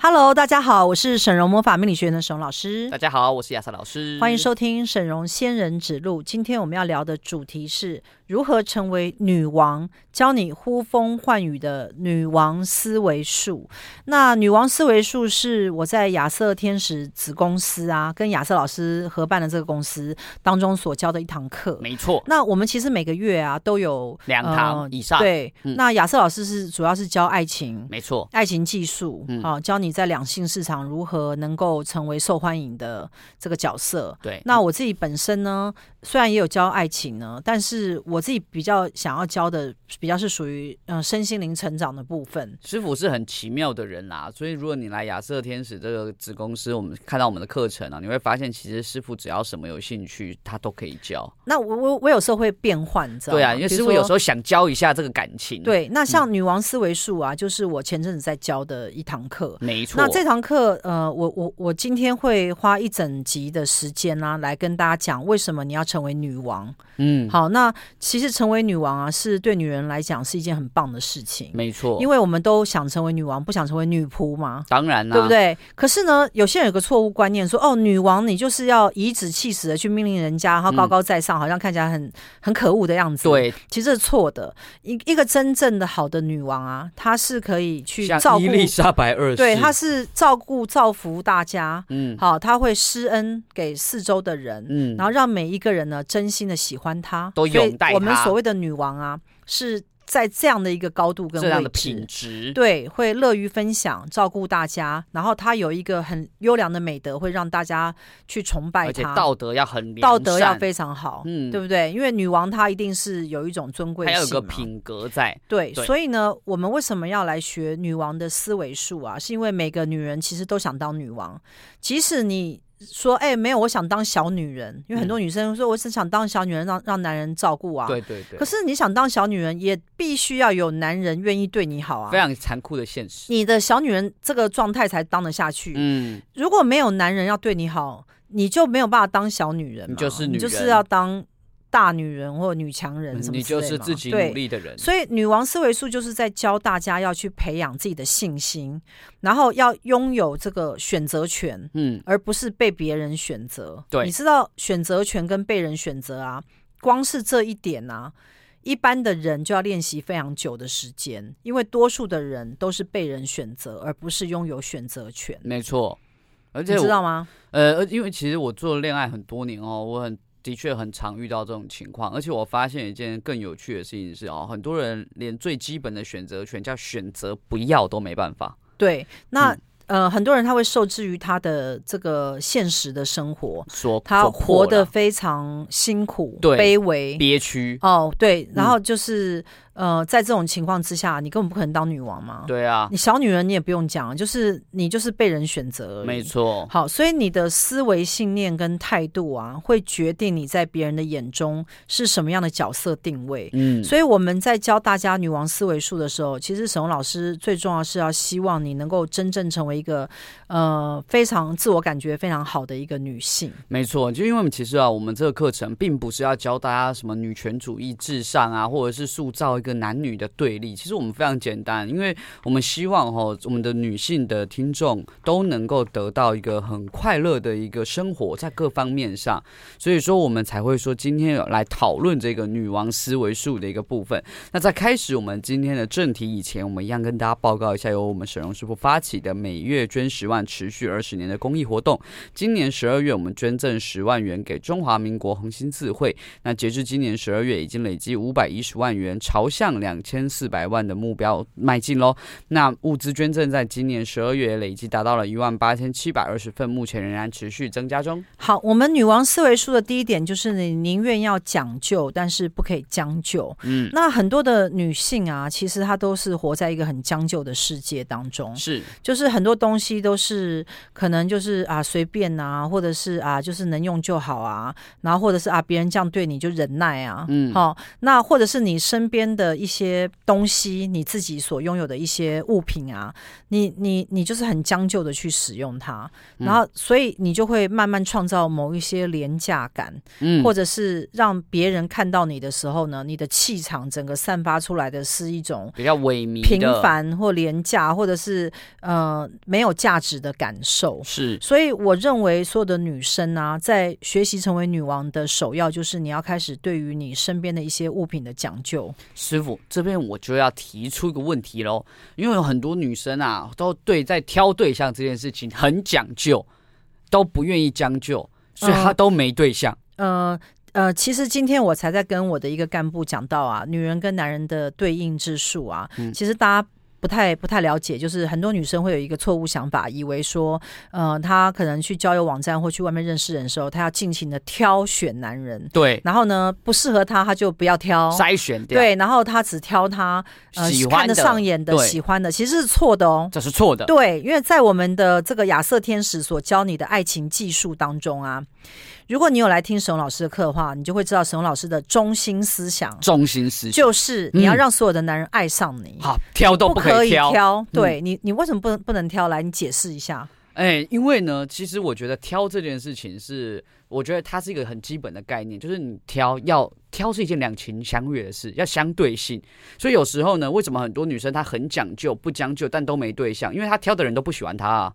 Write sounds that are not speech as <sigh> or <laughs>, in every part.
Hello，大家好，我是沈荣魔法命理学院的沈荣老师大，家好，我是亚瑟老师，欢迎收听沈荣仙人指路。今天我们要聊的主题是如何成为女王，教你呼风唤雨的女王思维术。那女王思维术是我在亚瑟天使子公司啊，跟亚瑟老师合办的这个公司当中所教的一堂课。没错，那我们其实每个月啊都有两堂呃以上，对，嗯那亚瑟老师是主要是教爱情，没错，爱情技术，嗯啊，教你在两性市场如何能够成为受欢迎的这个角色。对，那我自己本身呢，虽然也有教爱情呢，但是我自己比较想要教的，比较是属于嗯、呃身心灵成长的部分。师傅是很奇妙的人啦，所以如果你来亚瑟天使这个子公司，我们看到我们的课程啊，你会发现其实师傅只要什么有兴趣，他都可以教。那我我我有时候会变换，你知道吗？对啊，因为比师如傅有时说。候嗯想教一下这个感情。，对，那像女王思维术啊，就是我前阵子在教的一堂课。没错。那这堂课，呃，我我我今天会花一整集的时间啊，来跟大家讲为什么你要成为女王。嗯，好，那其实成为女王啊，是对女人来讲是一件很棒的事情，没错，因为为我们都想成为女王，不想成为女仆嘛。当然啦、对不？对？可是呢，有些人有个错误观念，说哦，女王你就是要颐指气使的去命令人家，然后高高在上，好像看起来很很可恶的样子。，嗯对，其实这是错的。一一个真正的好的女王啊，她是可以去照像顾伊，丽莎白二世，对，她是照顾造福大家，嗯好，她会施恩给四周的人，嗯，然后让每一个人呢真心的喜欢她，都所以拥戴我们她所谓的女王啊，是在这样的一个高度跟这样的位品置。质，对，会乐于分享，照顾大家，然后她有一个很优良的美德，会让大家去崇拜而且她。道德要很良道德要善非常好，嗯对不对？因为女王她一定是有一种尊贵还性嘛，要有个品格在，对，对所以呢，我们为什么要来学女王的思维术啊？是因为每个女人其实都想当女王，即使你说，哎、没有，我想当小女人，因为很多女生说，我只想当小女人，让让男人照顾啊。嗯对对对，可是你想当小女人，也必须要有男人愿意对你好啊非。常残酷的现实。你的小女人这个状态才当得下去。嗯，如果没有男人要对你好，你就没有办法当小女人嘛，你就是女你就人嗯是要当大女人或女强人什么你之类就嘛是自己对努力的人，所以女王思维术就是在教大家要去培养自己的信心，然后要拥有这个选择权，嗯，而不是被别人选择。对你知道选择权跟被人选择啊，光是这一点啊。一般的人就要练习非常久的时间，因为多数的人都是被人选择，而不是拥有选择权，没错。而你且我知道吗？呃，而因为其实我做恋爱很多年哦，我很的确很常遇到这种情况，而且我发现一件更有趣的事情是哦，很多人连最基本的选择权叫选择不要都没办法。对，那、嗯呃，很多人他会受制于他的这个现实的生活，所他所迫活得啦非常辛苦、对卑微。憋屈，哦，对，然嗯后就是、呃，在这种情况之下，你根本不可能当女王嘛。对啊你，小女人你也不用讲，就是你就是被人选择而已。没。错，好，所以你的思维、信念跟态度啊，会决定你在别人的眼中是什么样的角色定位。嗯，所以我们在教大家女王思维术的时候，其实沈宏老师最重要是要希望你能够真正成为一个呃非常自我感觉非常好的一个女性。没错，就因为我们其实啊，我们这个课程并不是要教大家什么女权主义至上啊，或者是塑造一个男女的对立。其实我们非常简单，因为我们希望哈、我们的女性的听众都能够得到一个很快乐的一个生活，在各方面上。所以说，我们才会说今天有来讨论这个女王思维术的一个部分。那在开始我们今天的正题以前，我们一样跟大家报告一下，由我们沈荣师傅发起的每月捐十万、持续二十年的公益活动。今年十二月，我们捐赠十万元给中华民国红星字会。那截至今年十二月，已经累积五百一十万元朝向两千四百万的目标迈进喽。那物资捐赠在今年十二月累计达到了一万八千七百二十份，目前仍然持续增加中。好，我们女王思维书的第一点就是，你宁愿要讲究，但是不可以将就。嗯，那很多的女性啊，其实她都是活在一个很将就的世界当中，嗯是就是很多东西都是可能就是啊随便啊，或者是啊就是能用就好啊，然后或者是啊别人这样对你就忍耐啊，嗯好、那或者是你身边的一些东西，你自己所拥有的一些物品啊，你你你就是很将就的去使用它，嗯然后所以你就会慢慢创造某一些廉价感，嗯或者是让别人看到你的时候呢，你的气场整个散发出来的是一种比较萎靡平的凡或廉价，或者是呃没有价值的感受。是所以我认为所有的女生啊，在学习成为女王的首要就是你要开始对于你身边的一些物品的讲究。师傅这边我就要提出一个问题喽，因为有很多女生啊，都对在挑对象这件事情很讲究，都不愿意将就，所以她嗯都没对象。呃呃，其实今天我才在跟我的一个干部讲到啊，女人跟男人的对应之术啊，嗯其实大家。不太不太了解，就是很多女生会有一个错误想法，以为说，呃，她可能去交友网站或去外面认识人的时候，她要尽情的挑选男人，对，然后呢，不适合她，她就不要挑，筛选掉，哦对，然后她只挑她呃喜看欢得的上眼的、对呃喜欢的，其实是错的哦。这是错的。对，因为在我们的这个亚瑟天使所教你的爱情技术当中啊，如果你有来听沈老师的课的话，你就会知道沈老师的中心思想中心思想，就是你要嗯让所有的男人爱上你，好挑都不可可以以挑。嗯对你，你为什么不能不能挑？来，你解释一下。哎、因为呢，其实我觉得挑这件事情是，我觉得它是一个很基本的概念，就是你挑要挑是一件两情相悦的事，要相对性。所以有时候呢，为什么很多女生她很讲究不将就，但都没对象，因为她挑的人都不喜欢她、啊。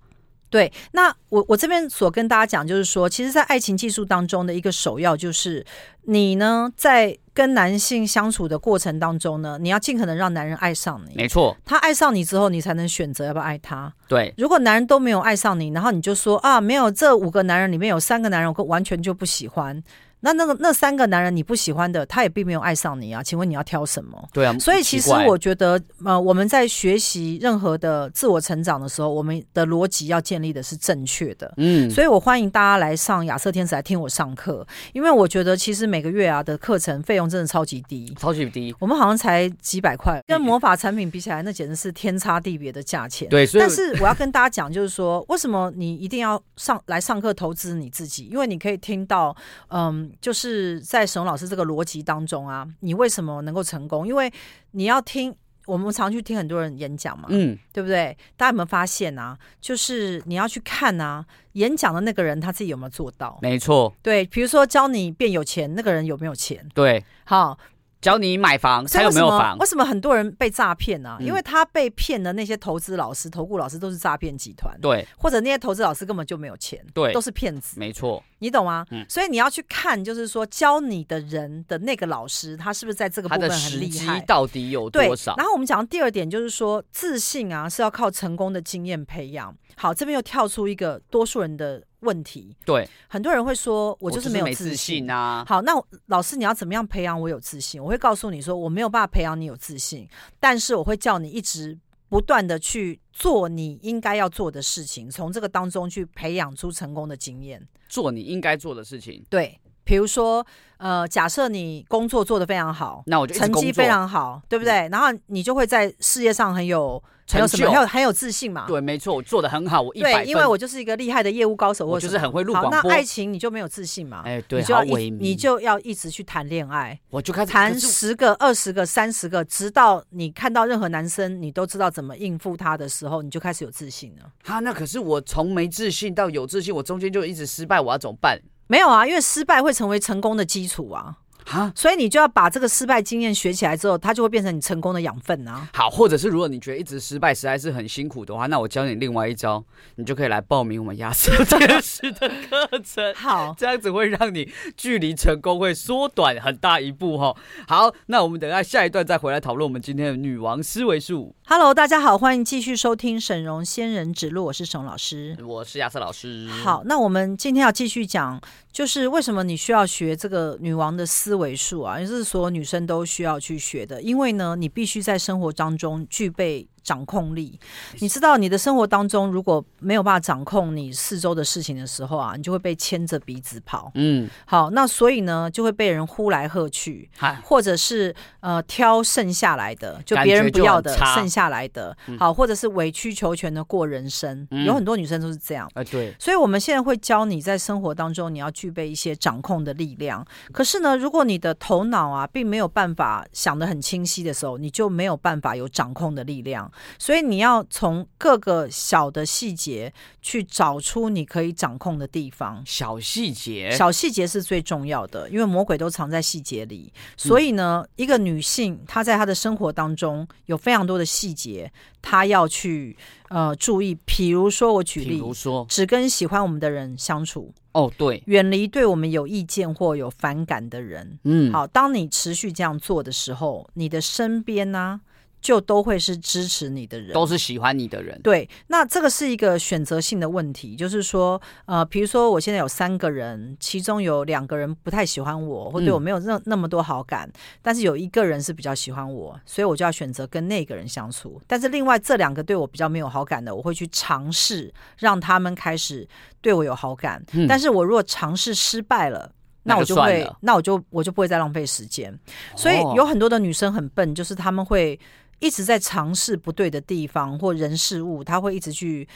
对，那我我这边所跟大家讲，就是说，其实，在爱情技术当中的一个首要就是，你呢在跟男性相处的过程当中呢，你要尽可能让男人爱上你，没错，他爱上你之后，你才能选择要不要爱他。对，如果男人都没有爱上你，然后你就说啊，没有这五个男人里面有三个男人我完全就不喜欢，那那个那三个男人你不喜欢的，他也并没有爱上你啊，请问你要挑什么？对啊。所以其实奇怪我觉得，呃，我们在学习任何的自我成长的时候，我们的逻辑要建立的是正确的。嗯，所以我欢迎大家来上亚瑟天使来听我上课，因为我觉得其实每个月啊的课程费用真的超级低。超级低。我们好像才几百块，嗯跟魔法产品比起来，那简直是天差地别的价钱。对，所以但是我要跟大家讲，就是说，为什么你一定要上来上课投资你自己？因为你可以听到，嗯，就是在沈老师这个逻辑当中啊，你为什么能够成功？因为你要听，我们常去听很多人演讲嘛，嗯，对不对？大家有没有发现啊？就是你要去看啊，演讲的那个人他自己有没有做到？没错，对，比如说教你变有钱，那个人有没有钱？对，好，教你买房，所以他有为什没有么房为？什么很多人被诈骗呢、嗯因为他被骗的那些投资老师、投顾老师都是诈骗集团。对或者那些投资老师根本就没有钱，对都，是骗子，没错，你懂吗？嗯所以你要去看，就是说教你的人的那个老师，他是不是在这个部他的分很时厉机害？到底有对多少，？然后我们讲到第二点，就是说自信啊是要靠成功的经验培养。好，这边又跳出一个多数人的问题，对，很多人会说我就是没有没自自信信。啊。好，那我老师你要怎么样培养我有自信？我会告诉你说，我没有办法培养你有自信，但是我会叫你一直不断的去做你应该要做的事情，从这个当中去培养出成功的经验。做你应该做的事情，对，比如说，呃，假设你工作做得非常好。那我就一直成工绩作嗯非常好，对不对？然后你就会在事业上很有很有成什么，就很，有很有自信嘛。对，没错，我做的很好，我一百对，分，因为我就是一个厉害的业务高手，或我者就什是么很会录好广那播，爱情你就没有自信嘛？哎，对，你就要好一萎靡，你就要一直去谈恋爱，我就开始谈可是十个、二十个、三十个，直到你看到任何男生，你都知道怎么应付他的时候，你就开始有自信了。啊，那可是我从没自信到有自信，我中间就一直失败，我要怎么办？没有啊，因为失败会成为成功的基础啊，啊，所以你就要把这个失败经验学起来之后，它就会变成你成功的养分啊。好，或者是如果你觉得一直失败实在是很辛苦的话，那我教你另外一招，你就可以来报名我们亚瑟 <laughs> 天使的课程。好，这样子会让你距离成功会缩短很大一步哈、哦。好，那我们等一下下一段再回来讨论我们今天的女王思维术。 Hello，大家好，欢迎继续收听《沈荣仙人指路》，我是沈老师。我是亚瑟老师。好，那我们今天要继续讲，就是为什么你需要学这个女王的思思维术啊，也是所有女生都需要去学的，因为呢，你必须在生活当中具备掌控力。你知道，你的生活当中如果没有办法掌控你四周的事情的时候啊，你就会被牵着鼻子跑。嗯，好，那所以呢，就会被人呼来喝去，嗨，或者是呃挑剩下来的，就感别人觉不就要很的差剩下来的，好，或者是委曲求全的过人生，嗯有很多女生都是这样。哎，对，所以，我们现在会教你在生活当中，你要具备一些掌控的力量。可是呢，如果你的头脑啊，并没有办法想得很清晰的时候，你就没有办法有掌控的力量。所以，你要从各个小的细节去找出你可以掌控的地方。小细节，小细节是最重要的，因为魔鬼都藏在细节里。嗯所以呢，一个女性她在她的生活当中有非常多的细节，她要去呃注意。比如说，我举比例，如说，只跟喜欢我们的人相处，哦，对，远离对我们有意见或有反感的人。嗯，好，当你持续这样做的时候，你的身边呢、就都会是支持你的人。都是喜欢你的人，对，那这个是一个选择性的问题，就是说，呃，比如说我现在有三个人，其中有两个人不太喜欢我，或对我嗯没有那那么多好感，但是有一个人是比较喜欢我，所以我就要选择跟那个人相处。但是另外这两个对我比较没有好感的，我会去尝试让他们开始对我有好感。嗯但是我如果尝试失败了。那那我就就算会了，那我就我就不会再浪费时间。所以哦有很多的女生很笨，就是她们会一直在尝试不对的地方或人事物，她会一直去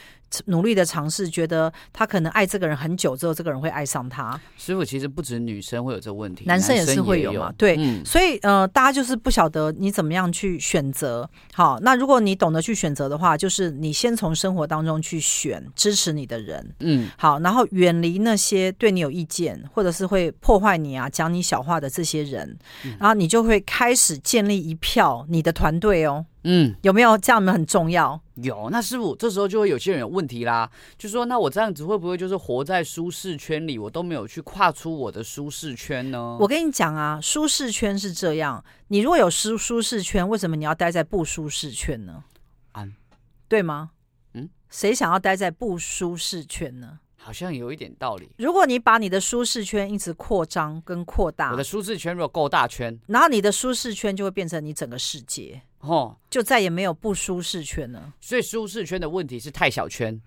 努力的尝试，觉得她可能爱这个人很久之后，这个人会爱上她。师傅其实不止女生会有这问题，男男生也是会有有嘛对嗯，所以呃，大家就是不晓得你怎么样去选择。好，那如果你懂得去选择的话，就是你先从生活当中去选支持你的人，嗯，好，然后远离那些对你有意见或者是会破坏你啊、讲你小话的这些人，嗯然后你就会开始建立一票你的团队哦。嗯，有没有这样？很重要。有，那师傅这时候就会有些人有问题啦，就说那我这样子会不会就是活在舒适圈里，我都没有去跨出我的舒适圈呢？我跟你讲啊，舒适圈是这样，你如果有舒舒适圈，为什么你要待在不舒适圈呢？嗯对吗？嗯，谁想要待在不舒适圈呢？好像有一点道理。如果你把你的舒适圈一直扩张跟扩大我的，舒适圈如果够大圈，然后你的舒适圈就会变成你整个世界，哦，就再也没有不舒适圈了。所以舒适圈的问题是太小圈，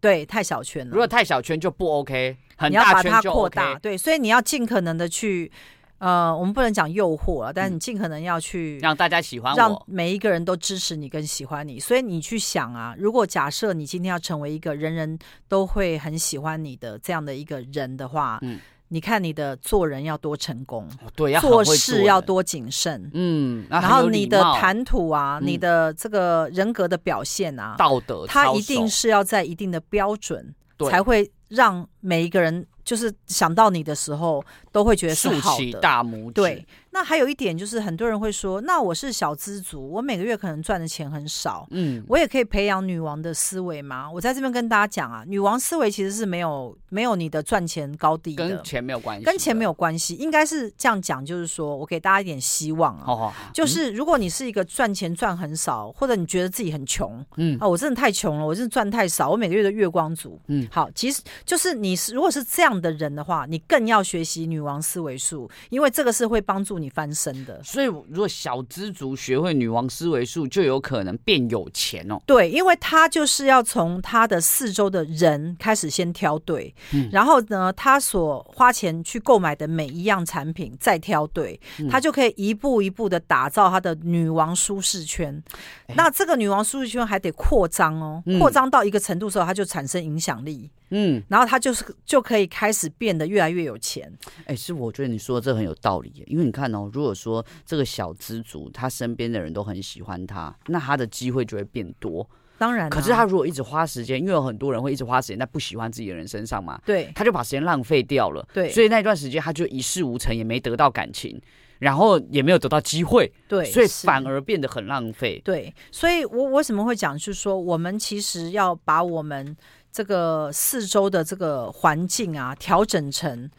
对，太小圈了。如果太小圈就不 OK，很嗯你要把大圈它就扩 OK。大，对，所以你要尽可能的去，呃，我们不能讲诱惑啊了，但嗯是你尽可能要去让大家喜欢让我，哦每一个人都支持你跟喜欢你。所以你去想啊，如果假设你今天要成为一个人人都会很喜欢你的这样的一个人的话，嗯你看你的做人要多成功，哦对，要很做会事要人，多谨慎。嗯，然然后你的谈吐啊，嗯你的这个人格的表现啊，道德操守，它一定是要在一定的标准，对才会让每一个人就是想到你的时候都会觉得是竖好起的。大拇指，对，那还有一点就是，很多人会说，那我是小资族，我每个月可能赚的钱很少，嗯，我也可以培养女王的思维吗？我在这边跟大家讲啊，女王思维其实是没有没有你的赚钱高低的，跟跟钱钱没有关系，没有，有关系，应该是这样讲，就是说我给大家一点希望啊，哦，就是如果你是一个赚钱赚很少，或者你觉得自己很穷，嗯啊，我真的太穷了，我真的赚太少，我每个月都月光族，嗯好，其实就是你是如果是这样的人的话，你更要学习女王思维术，因为这个是会帮助你翻身的。所以，如果小资族学会女王思维术，就有可能变有钱哦。对，因为他就是要从他的四周的人开始先挑对，嗯然后呢，他所花钱去购买的每一样产品再挑对，嗯他就可以一步一步的打造他的女王舒适圈。哎那这个女王舒适圈还得扩张哦，嗯扩张到一个程度的时候，它就产生影响力，嗯，然后它就是就可以开始变得越来越有钱。哎、师傅，我觉得你说的这很有道理耶，因为你看哦，如果说这个小资族他身边的人都很喜欢他，那他的机会就会变多。当然啊、可是他如果一直花时间，因为有很多人会一直花时间在不喜欢自己的人身上嘛，对他就把时间浪费掉了。对所以那段时间他就一事无成，也没得到感情，然后也没有得到机会，对，所以是反而变得很浪费。对，所以我我为什么会讲，就是说我们其实要把我们这个四周的这个环境啊，调整成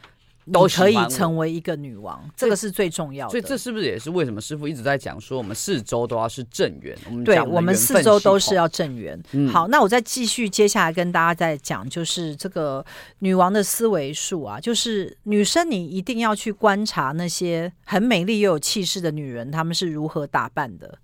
你都喜可以欢我成为一个女王，这所以个是最重要的。所以这是不是也是为什么师傅一直在讲说我们四周都要是正缘？我们对讲的我们缘四分周系都是统要正缘。嗯好，那我再继续接下来跟大家再讲，就是这个女王的思维术啊，就是女生你一定要去观察那些很美丽又有气势的女人，她们是如何打扮的。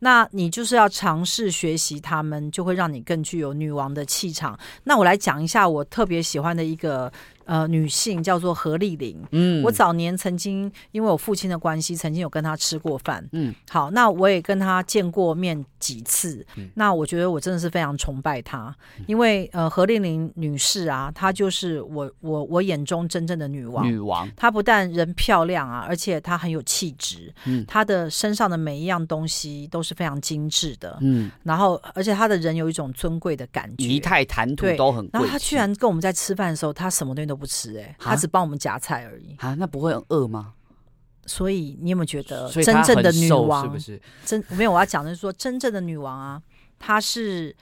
那你就是要尝试学习她们，就会让你更具有女王的气场。那我来讲一下我特别喜欢的一个呃女性，叫做何丽玲。嗯我早年曾经因为我父亲的关系，曾经有跟他吃过饭。嗯嗯，好，那我也跟他见过面几次。嗯那我觉得我真的是非常崇拜他，因为呃何丽玲女士啊，她就是我我我眼中真正的女王。女王她不但人漂亮啊，而且她很有气质。嗯她的身上的每一样东西都是非常精致的，嗯然后而且她的人有一种尊贵的感觉。仪态谈吐对都很贵气。然后她居然跟我们在吃饭的时候，她什么东西都不吃、哎，啊她只帮我们夹菜而已。啊，那不会很饿吗？所以你有没有觉得所呃以真她正很的女瘦王是不是？真没有？我要讲的是说，真正的女王啊，她是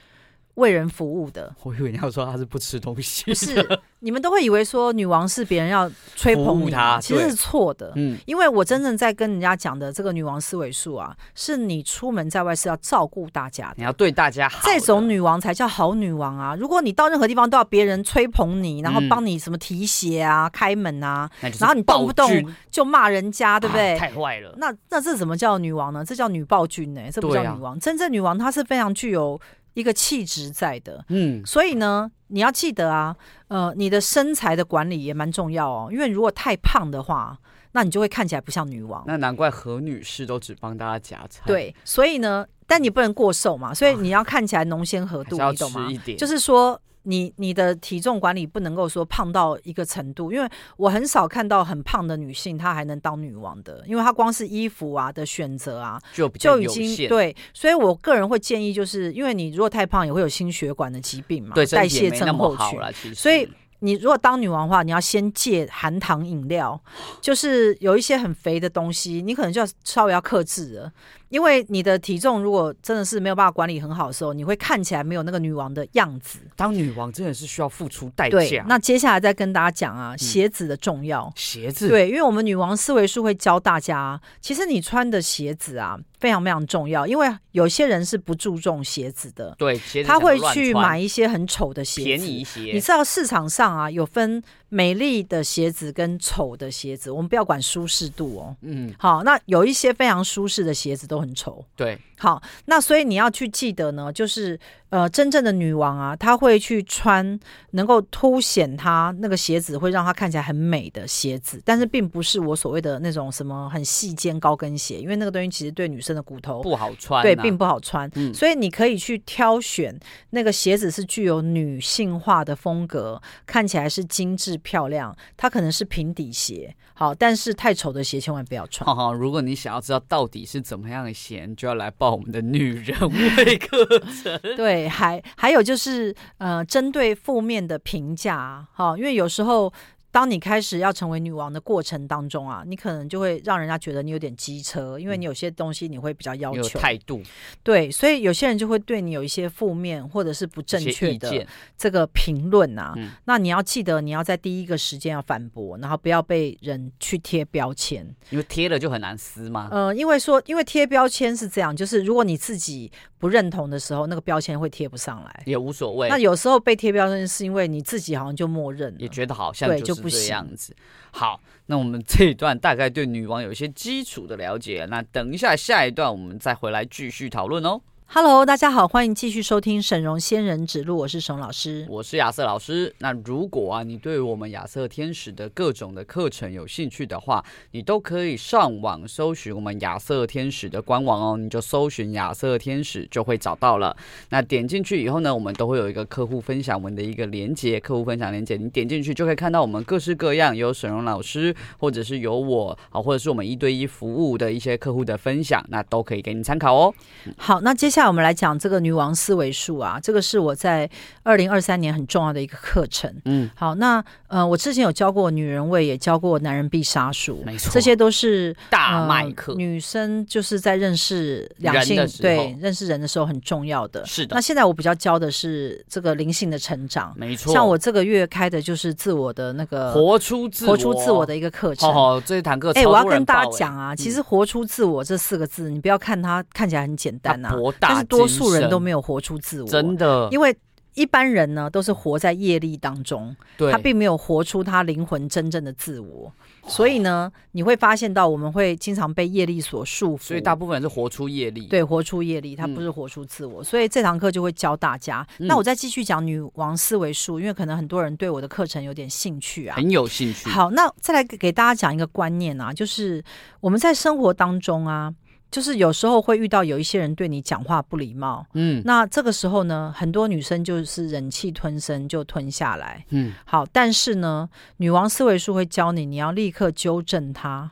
为人服务 <laughs> 的，我以为你要说她是不吃东西，不是你们都会以为说女王是别人要吹服捧务你她嘛，其实对是错的。嗯因为我真正在跟人家讲的这个女王思维术啊，是你出门在外是要照顾大家你的。要对大家好的。这种女王才叫好女王啊！如果你到任何地方都要别人吹捧你，然后嗯帮你什么提鞋啊、开门啊，那就是然后你动不动暴君就骂人家，对不对？啊太坏了。那那这怎么叫女王呢？这叫女暴君呢、这不对叫啊女王。真正女王她是非常具有一个气质在的，嗯，所以呢，你要记得啊，呃，你的身材的管理也蛮重要哦，因为如果太胖的话，那你就会看起来不像女王。那难怪何女士都只帮大家夹菜，，对，所以呢，但你不能过瘦嘛，所以你要看起来浓鲜合啊还度是，要你懂吗吃？一点，就是说。你你的体重管理不能够说胖到一个程度，因为我很少看到很胖的女性她还能当女王的，因为她光是衣服啊的选择啊，就比较就已有经限。对，所以我个人会建议，就是因为你如果太胖，也会有心血管的疾病嘛，对，代身体谢也没那症候么好群。啦，其实。所以你如果当女王的话，你要先戒含糖饮料，就是有一些很肥的东西，你可能就要稍微要克制了，因为你的体重如果真的是没有办法管理很好的时候，你会看起来没有那个女王的样子。当女王真的是需要付出代对价，。嗯那接下来再跟大家讲啊，鞋子的重要。鞋子，对，因为我们女王思维术会教大家，其实你穿的鞋子啊非常非常重要，因为有些人是不注重鞋子的，对，鞋子他想会乱去穿买一些很丑的鞋便子。宜你鞋，知道市场上啊有分美丽的鞋子跟丑的鞋子，我们不要管舒适度哦。嗯，好，那有一些非常舒适的鞋子都很丑。对，好，那所以你要去记得呢，就是呃，真正的女王啊，她会去穿能够凸显她那个鞋子，会让她看起来很美的鞋子，但是并不是我所谓的那种什么很细肩高跟鞋，因为那个东西其实对女生的骨头。不好穿啊，对，并不好穿，嗯所以你可以去挑选那个鞋子是具有女性化的风格，看起来是精致漂亮。它可能是平底鞋，好，但是太丑的鞋千万不要穿。哈哈，如果你想要知道到底是怎么样的鞋，你就要来报我们的女人味课程。 <laughs> 对，还还有就是呃，针对负面的评价啊哈、因为有时候当你开始要成为女王的过程当中啊，你可能就会让人家觉得你有点机车，因为你有些东西你会比较 <laughs> 要你嗯有求，态度、对，所以有些人就会对你有一些负面或者是不正一些确意的见，这个评论啊。嗯那你要记得，你要在第一个时间要反驳，然后不要被人去贴标签。因为贴了就很难撕嘛。呃，因为说，因为贴标签是这样，就是如果你自己不认同的时候，那个标签会贴不上来。也无所谓那，有时候被贴标签是因为你自己好像就默认也了。觉得好像对就就是不这行样子。好，那我们 <laughs> 这一段大概对女王有一些基础的了解，那等一下下一段我们再回来继续讨论哦。 Hello，大家好，欢迎继续收听沈荣仙人指路，我是沈老师。我是亚瑟老师。那如果啊，你对我们亚瑟天使的各种的课程有兴趣的话，你都可以上网搜寻我们亚瑟天使的官网哦，你就搜寻亚瑟天使就会找到了。那点进去以后呢，我们都会有一个客户分享文的一个连接，客户分享连接，你点进去就可以看到我们各式各样有沈荣老师，或者是有我啊，或者是我们一对一服务的一些客户的分享，那都可以给你参考哦。好，那接下下来我们来讲这个女王思维术啊，这个是我在二零二三年很重要的一个课程。嗯，好，那呃，我之前有教过女人味，也教过男人必杀术，没错这些都是大呃麦克，女生就是在认识两人性的时候对认识人的时候很重要的。是那的，现在我比较教的是这个灵性的成长，没错。像我这个月开的就是自我的那个活出自活出自我的一个课程。哦，这一堂课哎、超我要多人跟大家报哎讲啊，其实“活出自我”这四个字，你不要看它看起来很简单啊它，博大但是多数人都没没有活出自我，真的，因为一般人呢都是活在业力当中，对他并没有活出他灵魂真正的自我，所以呢，你会发现到我们会经常被业力所束缚，所以大部分人是活出业力。，对，活出业力，它不是活出自我，所以这堂课就会教大家。嗯那我再继续讲女王思维术，因为可能很多人对我的课程有点兴趣啊。很有兴趣。好，那再来给给大家讲一个观念啊，就是我们在生活当中啊，就是有时候会遇到有一些人对你讲话不礼貌，嗯那这个时候呢，很多女生就是忍气吞声就吞下来。嗯，好，但是呢，女王思维术会教你，你要立刻纠正她，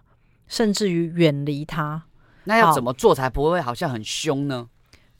甚至于远离她。那要好怎么做才不会好像很凶呢？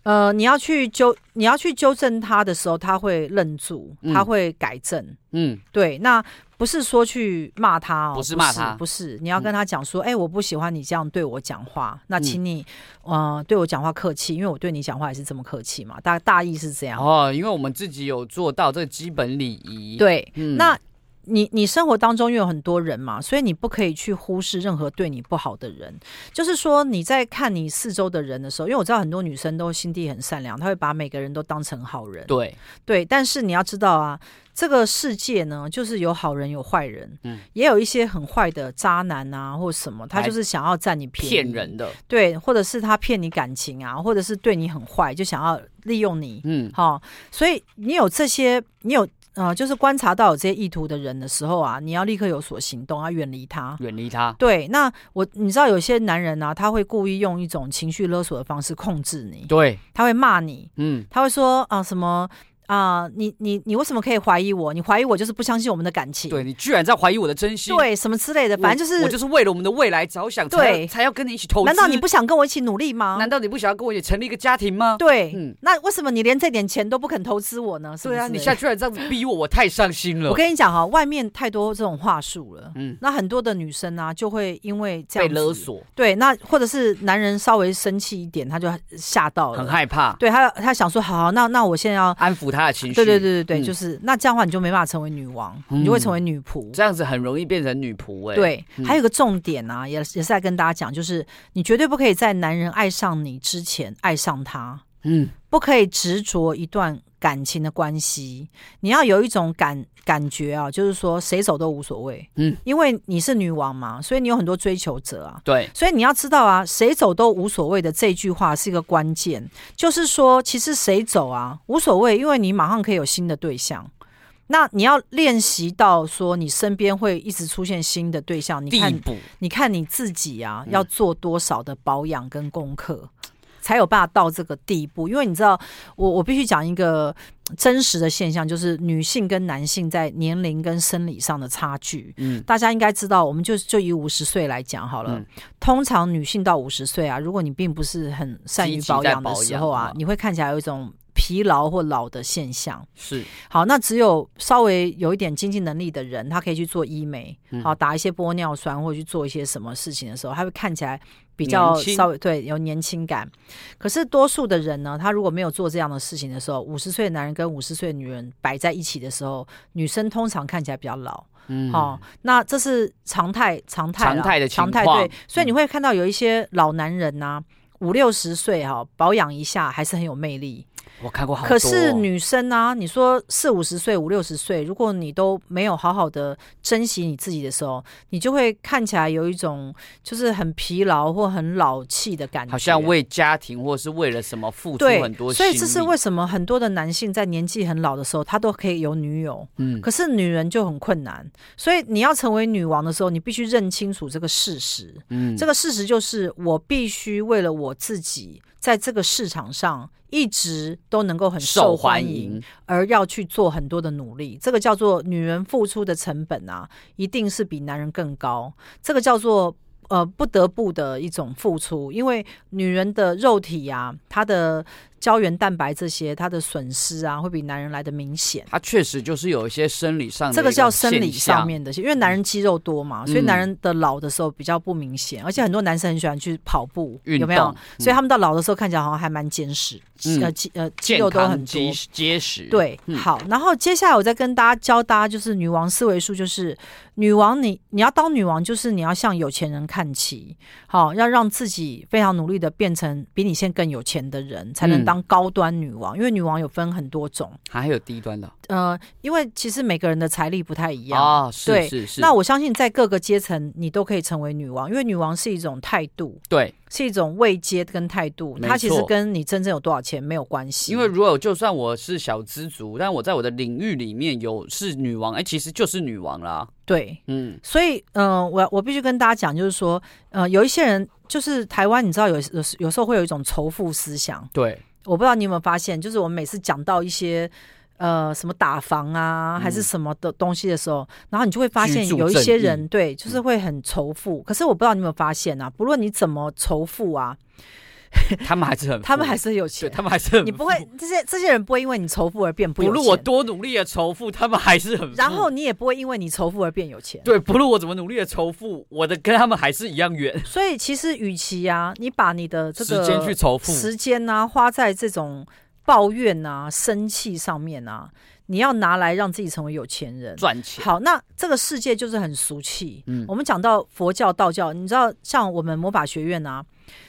呃，你要去纠，你要去纠正他的时候，他会愣住，嗯他会改正。嗯，对，那不是说去骂他哦，不是骂他嗯不是，你要跟他讲说，哎、我不喜欢你这样对我讲话，那请你，呃，对我讲话客气，因为我对你讲话也是这么客气嘛，大大意是这样。哦，因为我们自己有做到这基本礼仪。，对，嗯那你你生活当中又有很多人嘛，所以你不可以去忽视任何对你不好的人。就是说你在看你四周的人的时候，因为我知道很多女生都心地很善良，她会把每个人都当成好人。对，对，但是你要知道啊，这个世界呢，就是有好人有坏人，嗯也有一些很坏的渣男啊，或什么，他就是想要占你便宜，骗人，的。对，或者是他骗你感情啊，或者是对你很坏，就想要利用你，嗯，好、所以你有这些，你有呃，就是观察到有这些意图的人的时候啊，你要立刻有所行动，要远离他。远离他。对，那我你知道有些男人啊，他会故意用一种情绪勒索的方式控制你，对，他会骂你，嗯，他会说啊、什么啊、你你你为什么可以怀疑我？你怀疑我就是不相信我们的感情，对你居然在怀疑我的真心。对什么之类的，我，反正就是，我就是为了我们的未来着想，才对要才要跟你一起投资。难道你不想跟我一起努力吗？难道你不想要跟我也成立一个家庭吗？对，嗯那为什么你连这点钱都不肯投资我呢？什么对啊，之你类现在的居然这样子逼我，我太伤心了我。跟你讲哈、外面太多这种话术了，嗯，那很多的女生啊就会因为这被样勒子，索，对，那或者是男人稍微生气一点，他就吓到了，很害怕，对他他想说，好好，那那我现在要。安抚他的情绪。对对对对对，嗯就是那这样的话，你就没办法成为女王，你就会成为女仆。这样子很容易变成女仆哎、对，嗯还有一个重点啊，也是也是在跟大家讲，就是你绝对不可以在男人爱上你之前爱上他，嗯，不可以执着一段感情的关系。你要有一种感感觉啊，就是说谁走都无所谓，嗯，因为你是女王嘛，所以你有很多追求者啊。对，所以你要知道啊，谁走都无所谓的这句话是一个关键，就是说，其实谁走啊无所谓，因为你马上可以有新的对象。那你要练习到说，你身边会一直出现新的对象。你地看，补你看你自己啊，嗯要做多少的保养跟功课，才有办法到这个地步？因为你知道，我我必须讲一个真实的现象，就是女性跟男性在年龄跟生理上的差距。嗯，大家应该知道，我们就就以五十岁来讲好了。嗯通常女性到五十岁啊，如果你并不是很善于积极在保养的时候保啊养，你会看起来有一种疲劳或老的现象。是好，那只有稍微有一点经济能力的人，他可以去做医美，嗯好打一些玻尿酸或者去做一些什么事情的时候，他会看起来比较年轻稍微对有年轻感。可是多数的人呢，他如果没有做这样的事情的时候，五十岁的男人跟五十岁的女人摆在一起的时候，女生通常看起来比较老。嗯哦，那这是常态，常态啦，常态的情常态。况嗯对，所以你会看到有一些老男人呐、五六十岁哈、保养一下还是很有魅力。我看过好多哦、可是女生呢、你说四五十岁、五六十岁，如果你都没有好好的珍惜你自己的时候，你就会看起来有一种就是很疲劳或很老气的感觉，好像为家庭或是为了什么付出对很多心所力，以这是为什么很多的男性在年纪很老的时候，他都可以有女友，嗯可是女人就很困难。所以你要成为女王的时候，你必须认清楚这个事实。嗯这个事实就是，我必须为了我自己，在这个市场上一直都能够很受受欢欢迎，迎，而要去做很多的努力。这个叫做女人付出的成本啊，一定是比男人更高。这个叫做呃不得不的一种付出，因为女人的肉体啊，她的胶原蛋白这些它的损失啊，会比男人来的明显。它确实就是有一些生理上的这一个个叫生理现象上面的，因为男人肌肉多嘛，所以嗯男人的老的时候比较不明显，而且很多男生很喜欢去跑步，运有动，没有？所以嗯他们到老的时候看起来好像还蛮坚实，嗯呃肌呃肌健肉都康很多结。实结实，对，嗯好，然后接下来我再跟大家教大家，就是女王思维术，就是女王你你要当女王，就是你要向有钱人看齐，好，要让自己非常努力的变成比你现在更有钱的人，才能嗯当高端女王。因为女王有分很多种，还有低端的呃，因为其实每个人的财力不太一样，啊，是对是是，那我相信在各个阶层，你都可以成为女王，因为女王是一种态度，对，是一种位阶跟态度，没它其实错跟你真正有多少钱没有关系。因为如果就算我是小资族，但我在我的领域里面有是女王，哎、其实就是女王啦，对，嗯，所以嗯、呃我我必须跟大家讲，就是说，呃，有一些人就是台湾，你知道有有时有时候会有一种仇富思想， <laughs> 对，我不知道你有没有发现，就是我们每次讲到一些。呃，什么打房啊，还是嗯什么的东西的时候，然后你就会发居现住有一正些义嗯人对，就是会很仇富。可是我不知道你有没有发现啊，不论你怎么仇富啊，他们还是很， <laughs> 他们还是很有对，钱，他们还是很，你不会这些这些人不会因为你仇富而变不不有论我钱，多努力的仇富，他们还是很富，然后你也不会因为你仇富而变有钱。对，不论我怎么努力的仇富，我的跟他们还是一样远，所以其实，与其啊，你把你的这个时间去仇富，时间啊花在这种抱怨啊、生气上面啊，你要拿来让自己成为有钱人。赚钱，好，那这个世界就是很俗气。嗯我们讲到佛教、道教，你知道，像我们魔法学院啊，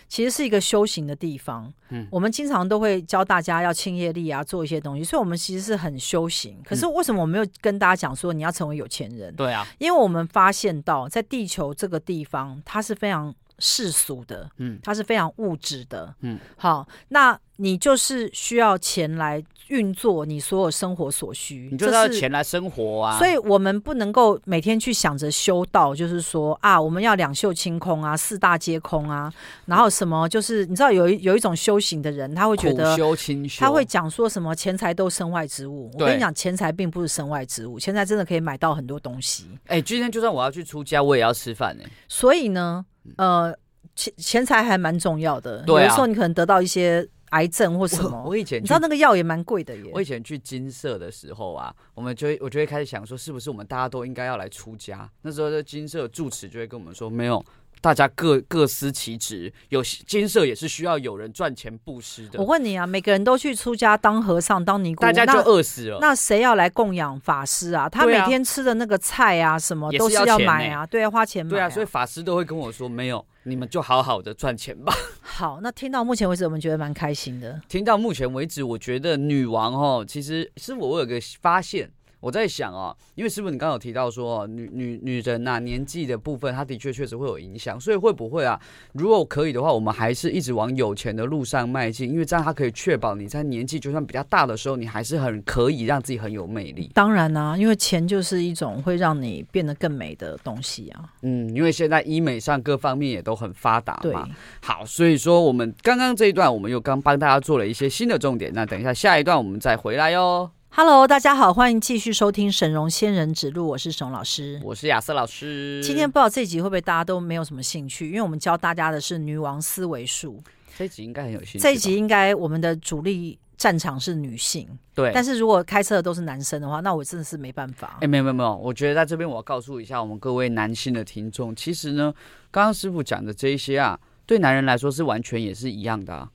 其实是一个修行的地方。嗯我们经常都会教大家要清业力啊，做一些东西，所以我们其实是很修行。可是为什么我没有跟大家讲说你要成为有钱人？嗯对啊，因为我们发现到，在地球这个地方，它是非常世俗的，嗯它是非常物质的，嗯，好，那你就是需要钱来运作你所有生活所需，你就这是要是钱来生活啊，所以我们不能够每天去想着修道，就是说啊，我们要两袖清空啊，四大皆空啊，然后什么就是你知道有一有一种修行的人，他会觉苦得。修清修，他会讲说什么钱财都身外之物，我跟对你讲，钱财并不是身外之物，钱财真的可以买到很多东西。哎、今天就算我要去出家，我也要吃饭呢、所以呢，呃，钱钱财还蛮重要的，嗯对啊有的时候你可能得到一些癌症或什我么，我以前你去知道那个药也蛮贵的耶我。以前去金色的时候啊，我们就会我就会开始想说，是不是我们大家都应该要来出家？那时候的金色住持就会跟我们说，没有，大家各各司其职，有金色也是需要有人赚钱布施我的，问你啊，每个人都去出家当和尚、当尼姑，大家就那饿死了。那谁要来供养法师啊？他嗯对每啊天吃的那个菜啊，什么也都是是要要钱买呢啊，对啊，花钱买、对啊，所以法师都会跟我说，没有，你们就好好的赚钱吧。好，那听到目前为止，我们觉得蛮开心的。听到目前为止，我觉得女王哦，其实师傅我有个发现，我在想哦，因为师傅你刚刚有提到说哦，女女女人呐、年纪的部分，她的确确实会有影响，所以会不会啊？如果可以的话，我们还是一直往有钱的路上迈进，因为这样它可以确保你在年纪就算比较大的时候，你还是很可以让自己很有魅力。当然啦、因为钱就是一种会让你变得更美的东西啊。嗯，因为现在医美上各方面也都很发达对，嘛。好，所以说我们刚刚这一段，我们又刚帮大家做了一些新的重点，那等一下下一段我们再回来哟。 Hello，大家好，欢迎继续收听沈荣仙人指路，我是沈老师。我是亚瑟老师。今天不知道这一集会不会大家都没有什么兴趣，因为我们教大家的是女王思维术。这一集应该很有兴趣吧。这一集应该我们的主力战场是女性，对，但是是如果开车的都是男生的话，那我真的是没办法。哎，没有没有没有，我觉得在这边我要告诉一下我们各位男性的听众，其实呢，刚刚师傅讲的这一些啊，对男人来说是完全也是一样的啊。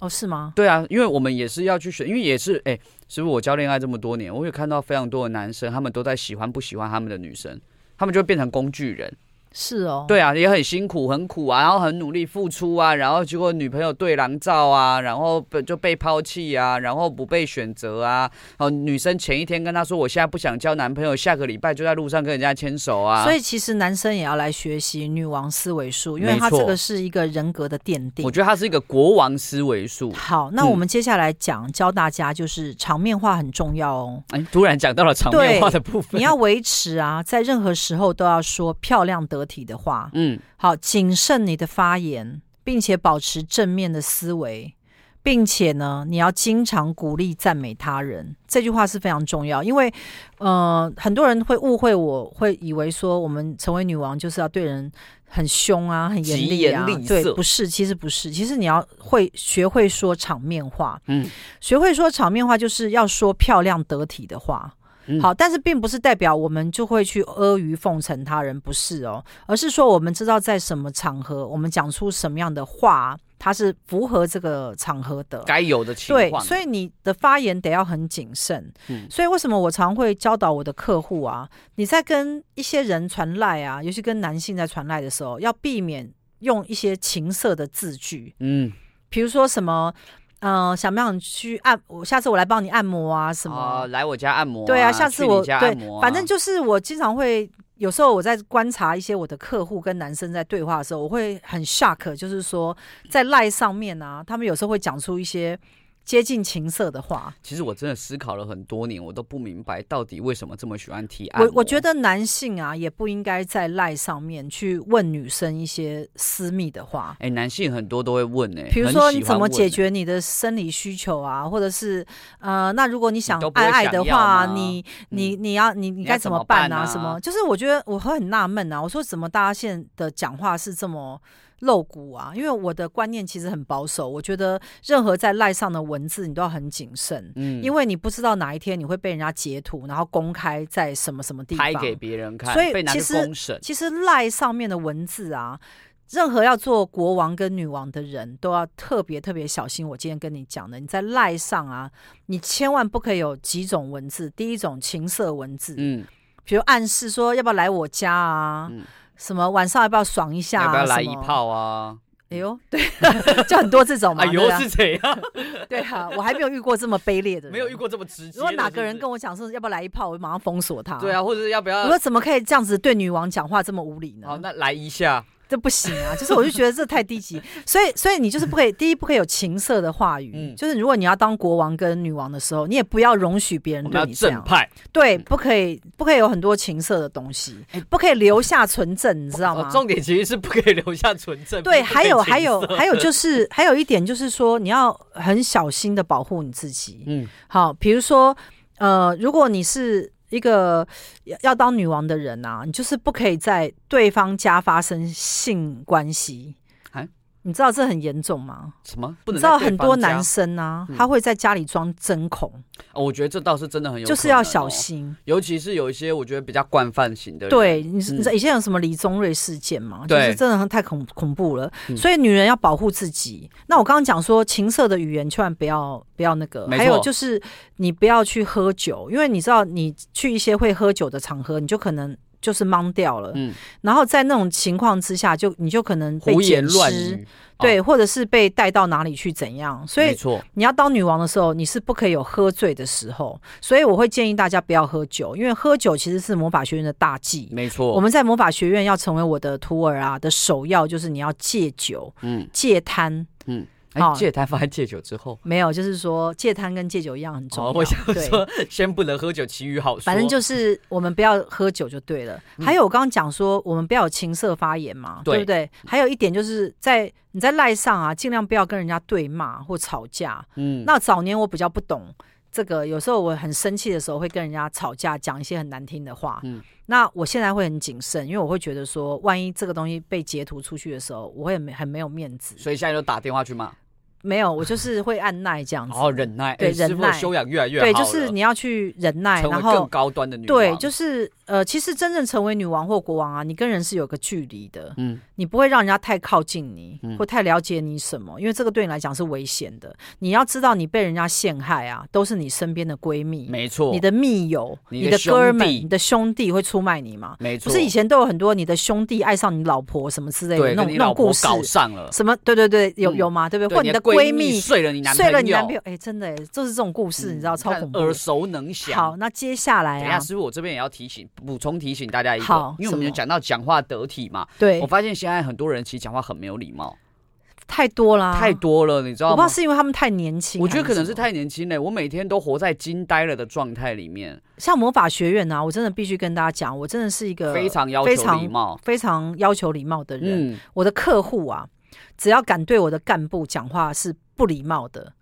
哦，是吗？对啊，因为我们也是要去选，因为也是哎，师傅我教恋爱这么多年，我也看到非常多的男生，他们都在喜欢不喜欢他们的女生。他们就会变成工具人，是哦。对啊，也很辛苦，很苦啊，然后很努力付出啊，然后结果女朋友对狼照啊，然后被就被抛弃啊，然后不被选择啊，哦，女生前一天跟他说我现在不想交男朋友，下个礼拜就在路上跟人家牵手啊，所以其实男生也要来学习女王思维术，因为没它错这个是一个人格的奠定我。嗯觉得他是一个国王思维术。好，那我们接下来讲教大家，就是场面化很重要哦。哎，突然讲到了场面话的部分，你要维持啊，在任何时候都要说漂亮得体的话。嗯，好，谨慎你的发言，并且保持正面的思维，并且呢，你要经常鼓励赞美他人，这句话是非常重要，因为呃，很多人会误会我，会以为说我们成为女王就是要对人很凶啊，很严厉啊，疾言厉色对，不是，其实不是，其实你要会学会说场面话，嗯，学会说场面话就是要说漂亮得体的话。嗯好，但是并不是代表我们就会去阿谀奉承他人，不是哦，而是说我们知道在什么场合，我们讲出什么样的话，它是符合这个场合的。该有的情对，况，所以你的发言得要很谨慎。嗯所以为什么我常会教导我的客户啊，你在跟一些人传赖啊，尤其跟男性在传赖的时候，要避免用一些情色的字句，嗯，比如说什么，呃，想不想去按？我下次我来帮你按摩啊，什么？啊来我家按摩、对啊，下次去我你家对按摩、，啊反正就是我经常会，有时候我在观察一些我的客户跟男生在对话的时候，我会很 shock，就是说在赖上面啊，他们有时候会讲出一些接近情色的话。其实我真的思考了很多年，我都不明白到底为什么这么喜欢提按摩我我觉得男性啊，也不应该在赖上面去问女生一些私密的话。哎、男性很多都会问哎、比如很说，喜你怎欢么问解欸？决你的生理需求啊？或者是呃，那如果你想都不会爱爱的想要话，吗你你嗯你要你你你该要怎怎么么办办啊？啊什么？就是我觉得我会很纳闷啊，我说怎么大家现在的讲话是这么露骨啊？因为我的观念其实很保守，我觉得任何在赖上的文字你都要很谨慎。嗯因为为你不知道哪一天你会被人家截图，然后公开在什么什么地方拍给别人看，所以被拿其去实公审，其实赖上面的文字啊，任何要做国王跟女王的人都要特别特别小心。我今天跟你讲的，你在赖上啊，你千万不可以有几种文字。第一种情色文字，嗯，比如暗示说要不要来我家啊，嗯什么晚上要不要爽一下、啊，要不要来什一么？炮啊？哎呦，对， <laughs> 就很多这种嘛。哎对呦啊是怎样？ <laughs> 对啊，我还没有遇过这么卑劣的人，没有遇。过这么直接的。如果哪个人我跟我讲说要不要来一炮，我就马上封锁他。对，啊，或者是要不我要？说怎么可以这样子对女王讲话这么无理呢？好，那来一下，这不行啊！就是我就觉得这太低级，所以所以你就是不可以，第一不可以有情色的话语，嗯就是如果你要当国王跟女王的时候，你也不要容许别人我们对要你这正样，派，嗯对，不可以不可以有很多情色的东西，不可以留下纯正，你知 <laughs> 道吗哎哦？重点其实是不可以留下纯正。对，不可以还有情还有色还有就是还有一点就是说，你要很小心的保护你自己，嗯好，比如说，呃，如果你是一个要要当女王的人啊，你就是不可以在对方家发生性关系啊。你知道这很严重吗？什么不你能知在道对很方多家男生啊，嗯他会在家里装针孔，哦，我觉得这倒是真的很有，哦就是要小。心。尤其是有一些我觉得比较惯犯型的人，对，你知嗯你知道以前有什么李宗瑞事件嘛？就是对真的太恐恐怖了，嗯所以女人要保护自己。那我刚刚讲说，情色的语言千万不要不要那个，没错还有就是你不要去喝酒，因为你知道你去一些会喝酒的场合，你就可能。就是懵掉了，嗯然后在那种情况之下，就你就可能被胡捡言乱尸语，哦对，或者是被带到哪里去怎样，所以没错，你要当女王的时候，你是不可以有喝醉的时候，所以我会建议大家不要喝酒，因为喝酒其实是魔法学院的大忌。没错，我们在魔法学院要成为我的徒儿啊的首要就是你要戒酒、嗯戒贪，哎好戒台放在戒酒之后，没有，就是说戒贪跟戒酒一样很重要。哦，我想对，说先不能喝酒，其余好说，反正就是我们不要喝酒就对了。还有我刚刚讲说，我们不要有情色发言嘛，对对不对？还有一点就是在你在赖上啊，尽量不要跟人家对骂或吵架。嗯那早年我比较不懂这个，有时候我很生气的时候会跟人家吵架，讲一些很难听的话。嗯那我现在会很谨慎，因为我会觉得说，万一这个东西被截图出去的时候，我会很没很没有面子。所以现在就打电话去骂，没有，我就是会按耐这样然子。后忍耐，哎嗯对师忍傅耐修养越来越好了，对，就是你要去忍耐，成为然更后高端的女王，对，就是呃，其实真正成为女王或国王啊，你跟人是有个距离的，嗯你不会让人家太靠近你，嗯或太了解你什么，因为这个对你来讲是危险的。你要知道，你被人家陷害啊，都是你身边的闺蜜，没错，你的密友、你你的的兄哥们、弟你的兄弟会出卖你吗？没不错，是以前都有很多你的兄弟爱上你老婆什么之类的对那跟种你那老种婆故事，搞上了，什么对对对，有嗯有吗？对不对？对或你的闺蜜睡了你男睡了你友嗯男朋友，，哎，真的哎，就是这种故事，你知道超看恐怖耳的。熟能详好，。那接下来等一下，啊，师傅，我这边也要提醒、补充提醒大家一好个，因为我们什么有讲到讲话得体嘛，对我，发现现在很多人其实讲话很没有礼貌，太多啦，太，多了，你知啊我不知道吗道？是因为他们太年轻，我觉得可能还什是么太年轻了，我每天都活在惊呆了的状态里面，像魔法学院啊，我真的必须跟大家讲，我真的是一个非常要非求常礼貌。呃非常要求礼貌的人。嗯，我的客户啊，只要敢对我的干部讲话是不礼貌的，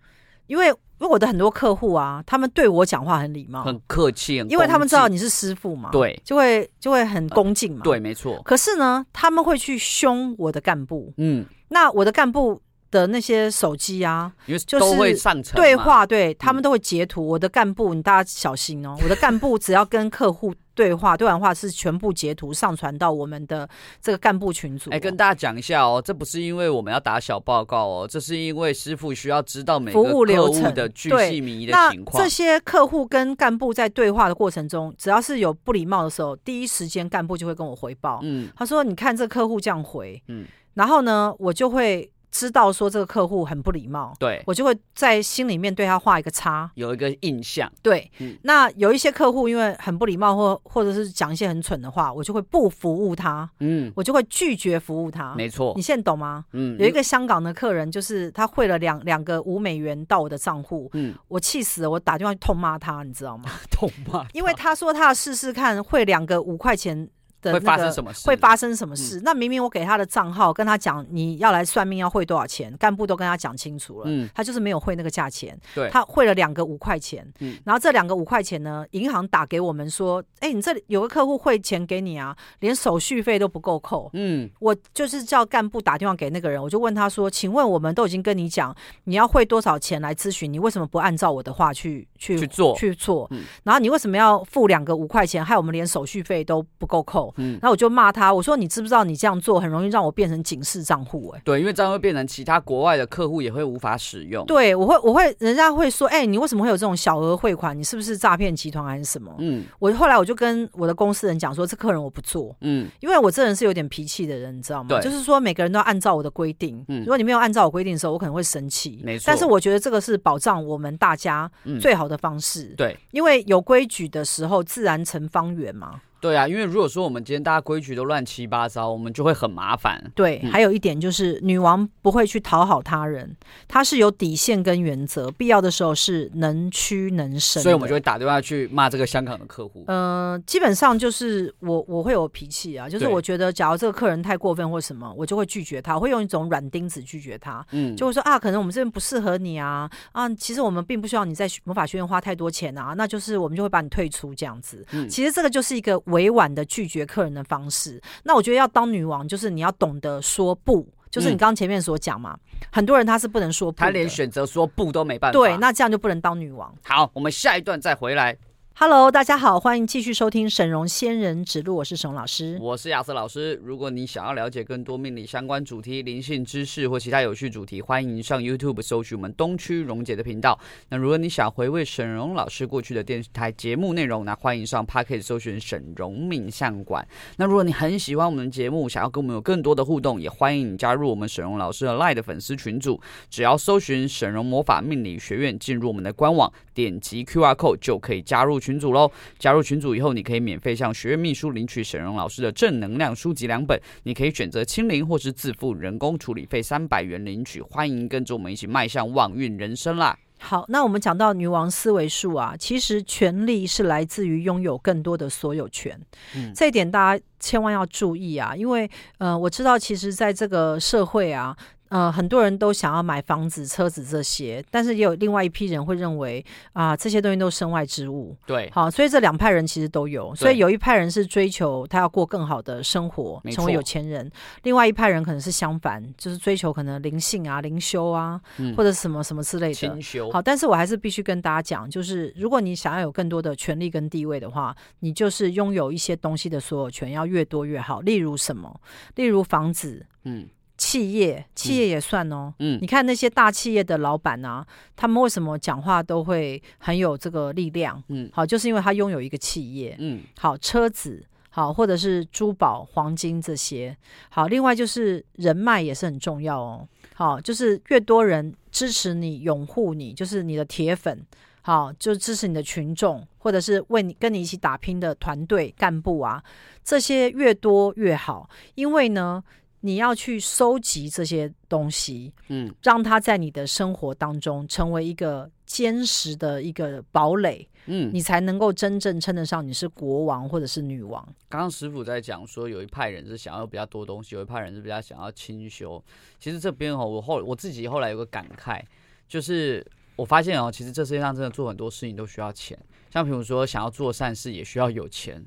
因为因为我的很多客户啊，他们对我讲话很礼貌，很客气，很哦因为他们知道恭敬你是师傅嘛，，对就会就会很恭敬嘛。对，没错，可是呢，他们会去凶我的干部，嗯，那我的干部的那些手机啊，因为就是都会上层嘛对，话，对嗯他们都会截图。我的干部，你大家小心 <laughs> 哦！我的干部只要跟客户对话，对完话是全部截图上传到我们的这个干部群组哦、哎，跟大家讲一下哦，这不是因为我们要打小报告哦，这是因为师傅需要知道每个服务流客户程的巨对细靡遗的那情况这。些客户跟干部在对话的过程中，只要是有不礼貌的时候，第一时间干部就会跟我回报。嗯，他说：“你看这客户这样回，嗯然后呢，我就会知道说这个客户很不礼貌，对，我就会在心里面对他画一个叉。有一个印象，对，嗯那有一些客户因为很不礼貌或或者是讲一些很蠢的话，我就会不服务他，嗯，我就会拒绝服务他。没错啊你，现在懂吗？嗯，有一个香港的客人，就是他汇了两两个五美元到我的账户，嗯， <laughs> 我气死了，我打电话去痛骂他，你知道吗？痛骂，因为他说他试试看汇两个五块钱的、那会个，发生什么事？嗯会发生什么事？那明明我给他的账号，跟他讲你要来算命要汇多少钱，干部都跟他讲清楚了，嗯他就是没有汇那个价钱，对他汇了两个五块钱，嗯然后这两个五块钱呢，银行打给我们说，哎、你这里有个客户汇钱给你啊，连手续费都不够扣。嗯，我就是叫干部打电话给那个人，我就问他说：“请问我们都已经跟你讲你要汇多少钱来咨询，你为什么不按照我的话去去去做，去做，嗯然后你为什么要付两个五块钱，害我们连手续费都不够扣？嗯然后我就骂他，我说你知不知道你这样做很容易让我变成警示账户、欸？哎，对，因为这样会变成其他国外的客户也会无法使用。，对我会，我会，人家会说，哎、你为什么会有这种小额汇款？你是不是诈骗集团还是什么？嗯我后来我就跟我的公司人讲说，这客人我不做，嗯，因为我这人是有点脾气的人，你知道吗？对就是说每个人都要按照我的规定，嗯如果你没有按照我规定的时候，我可能会生气。没错但是我觉得这个是保障我们大家嗯最好的方式，对因为有规矩的时候，自然成方圆嘛。对啊，因为如果说我们今天大家规矩都乱七八糟，我们就会很麻烦。对，嗯还有一点就是，女王不会去讨好他人，她是有底线跟原则，必要的时候是能屈能伸的。所以我们就会打电话去骂这个香港的客户。呃，基本上就是我我会有脾气啊，就是对我觉得假如这个客人太过分或什么，我就会拒绝他，我会用一种软钉子拒绝他，嗯，就会说啊，可能我们这边不适合你啊啊，其实我们并不需要你在学魔法学院花太多钱啊，那就是我们就会把你退出这样子。嗯其实这个就是一个委婉的拒绝客人的方式。那我觉得要当女王，就是你要懂得说不，就是你嗯刚刚前面所讲嘛，很多人他是不能说不的，他连选择说不都没办法。对，那这样就不能当女王。好，我们下一段再回来。 Hello，大家好，欢迎继续收听沈荣仙人指路，我是沈老师。我是亚瑟老师。如果你想要了解更多命理相关主题、灵性知识或其他有趣主题，欢迎上 YouTube 搜取我们东区荣姐的频道。那如果你想回味沈荣老师过去的电视台节目内容呢，欢迎上 Pocket 搜寻沈荣命相馆。那如果你很喜欢我们的节目，想要跟我们有更多的互动，也欢迎你加入我们沈荣老师的 Line 的粉丝群组。只要搜寻沈荣魔法命理学院，进入我们的官网，点击 QR code 就可以加入群组喽。加入群组以后，你可以免费向学院秘书领取沈荣老师的正能量书籍两本，你可以选择清零或是自付人工处理费三百元领取。欢迎跟着我们一起迈向旺运人生啦！好，那我们讲到女王思维术啊，其实权力是来自于拥有更多的所有权，嗯这一点大家千万要注意啊，因为呃，我知道其实在这个社会啊。呃，很多人都想要买房子、车子这些，但是也有另外一批人会认为啊、这些东西都是身外之物。对，好，所以这两派人其实都有，所以有一派人是追求他要过更好的生活，没成为错有钱人；另外一派人可能是相反，就是追求可能灵性啊、灵修啊，嗯或者什么什么之类的清。修好，但是我还是必须跟大家讲，就是如果你想要有更多的权利跟地位的话，你就是拥有一些东西的所有权要越多越好。例如什么？例如房子、嗯企业，企业也算哦。嗯你看那些大企业的老板啊，他们为什么讲话都会很有这个力量？嗯好，就是因为他拥有一个企业，嗯，好车子，好或者是珠宝、黄金这些，好，另外就是人脉也是很重要哦。好，就是越多人支持你、拥护你，就是你的铁粉，好，就支持你的群众，或者是为你跟你一起打拼的团队干部啊，这些越多越好，因为呢，你要去收集这些东西，嗯，让它在你的生活当中成为一个坚实的一个堡垒。嗯，你才能够真正称得上你是国王或者是女王。刚刚师傅在讲说，有一派人是想要比较多东西，有一派人是比较想要清修。其实这边哦，我后我自己后来有个感慨，就是我发现哦，其实这世界上真的做很多事情都需要钱，像比如说想要做善事也需要有钱，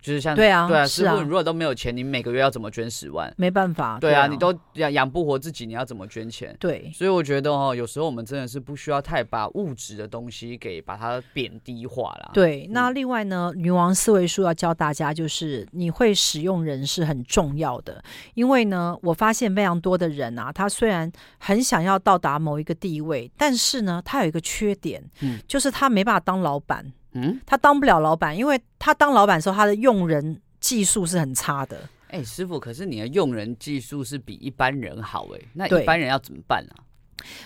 就是像对啊对啊，是师啊傅，你如果都没有钱，你每个月要怎么捐十万？没办法。对啊，你都养养不活自己，你要怎么捐钱？对。所以我觉得哦，有时候我们真的是不需要太把物质的东西给把它贬低化啦。对，那另外呢，女王思维术要教大家，就是你会使用人是很重要的，因为呢，我发现非常多的人啊，他虽然很想要到达某一个地位，但是呢，他有一个缺点，嗯就是他没办法当老板，嗯，他当不了老板，因为他当老板的时候，他的用人技术是很差的。哎、师傅，可是你的用人技术是比一般人好哎、那对一般人要怎么办啊？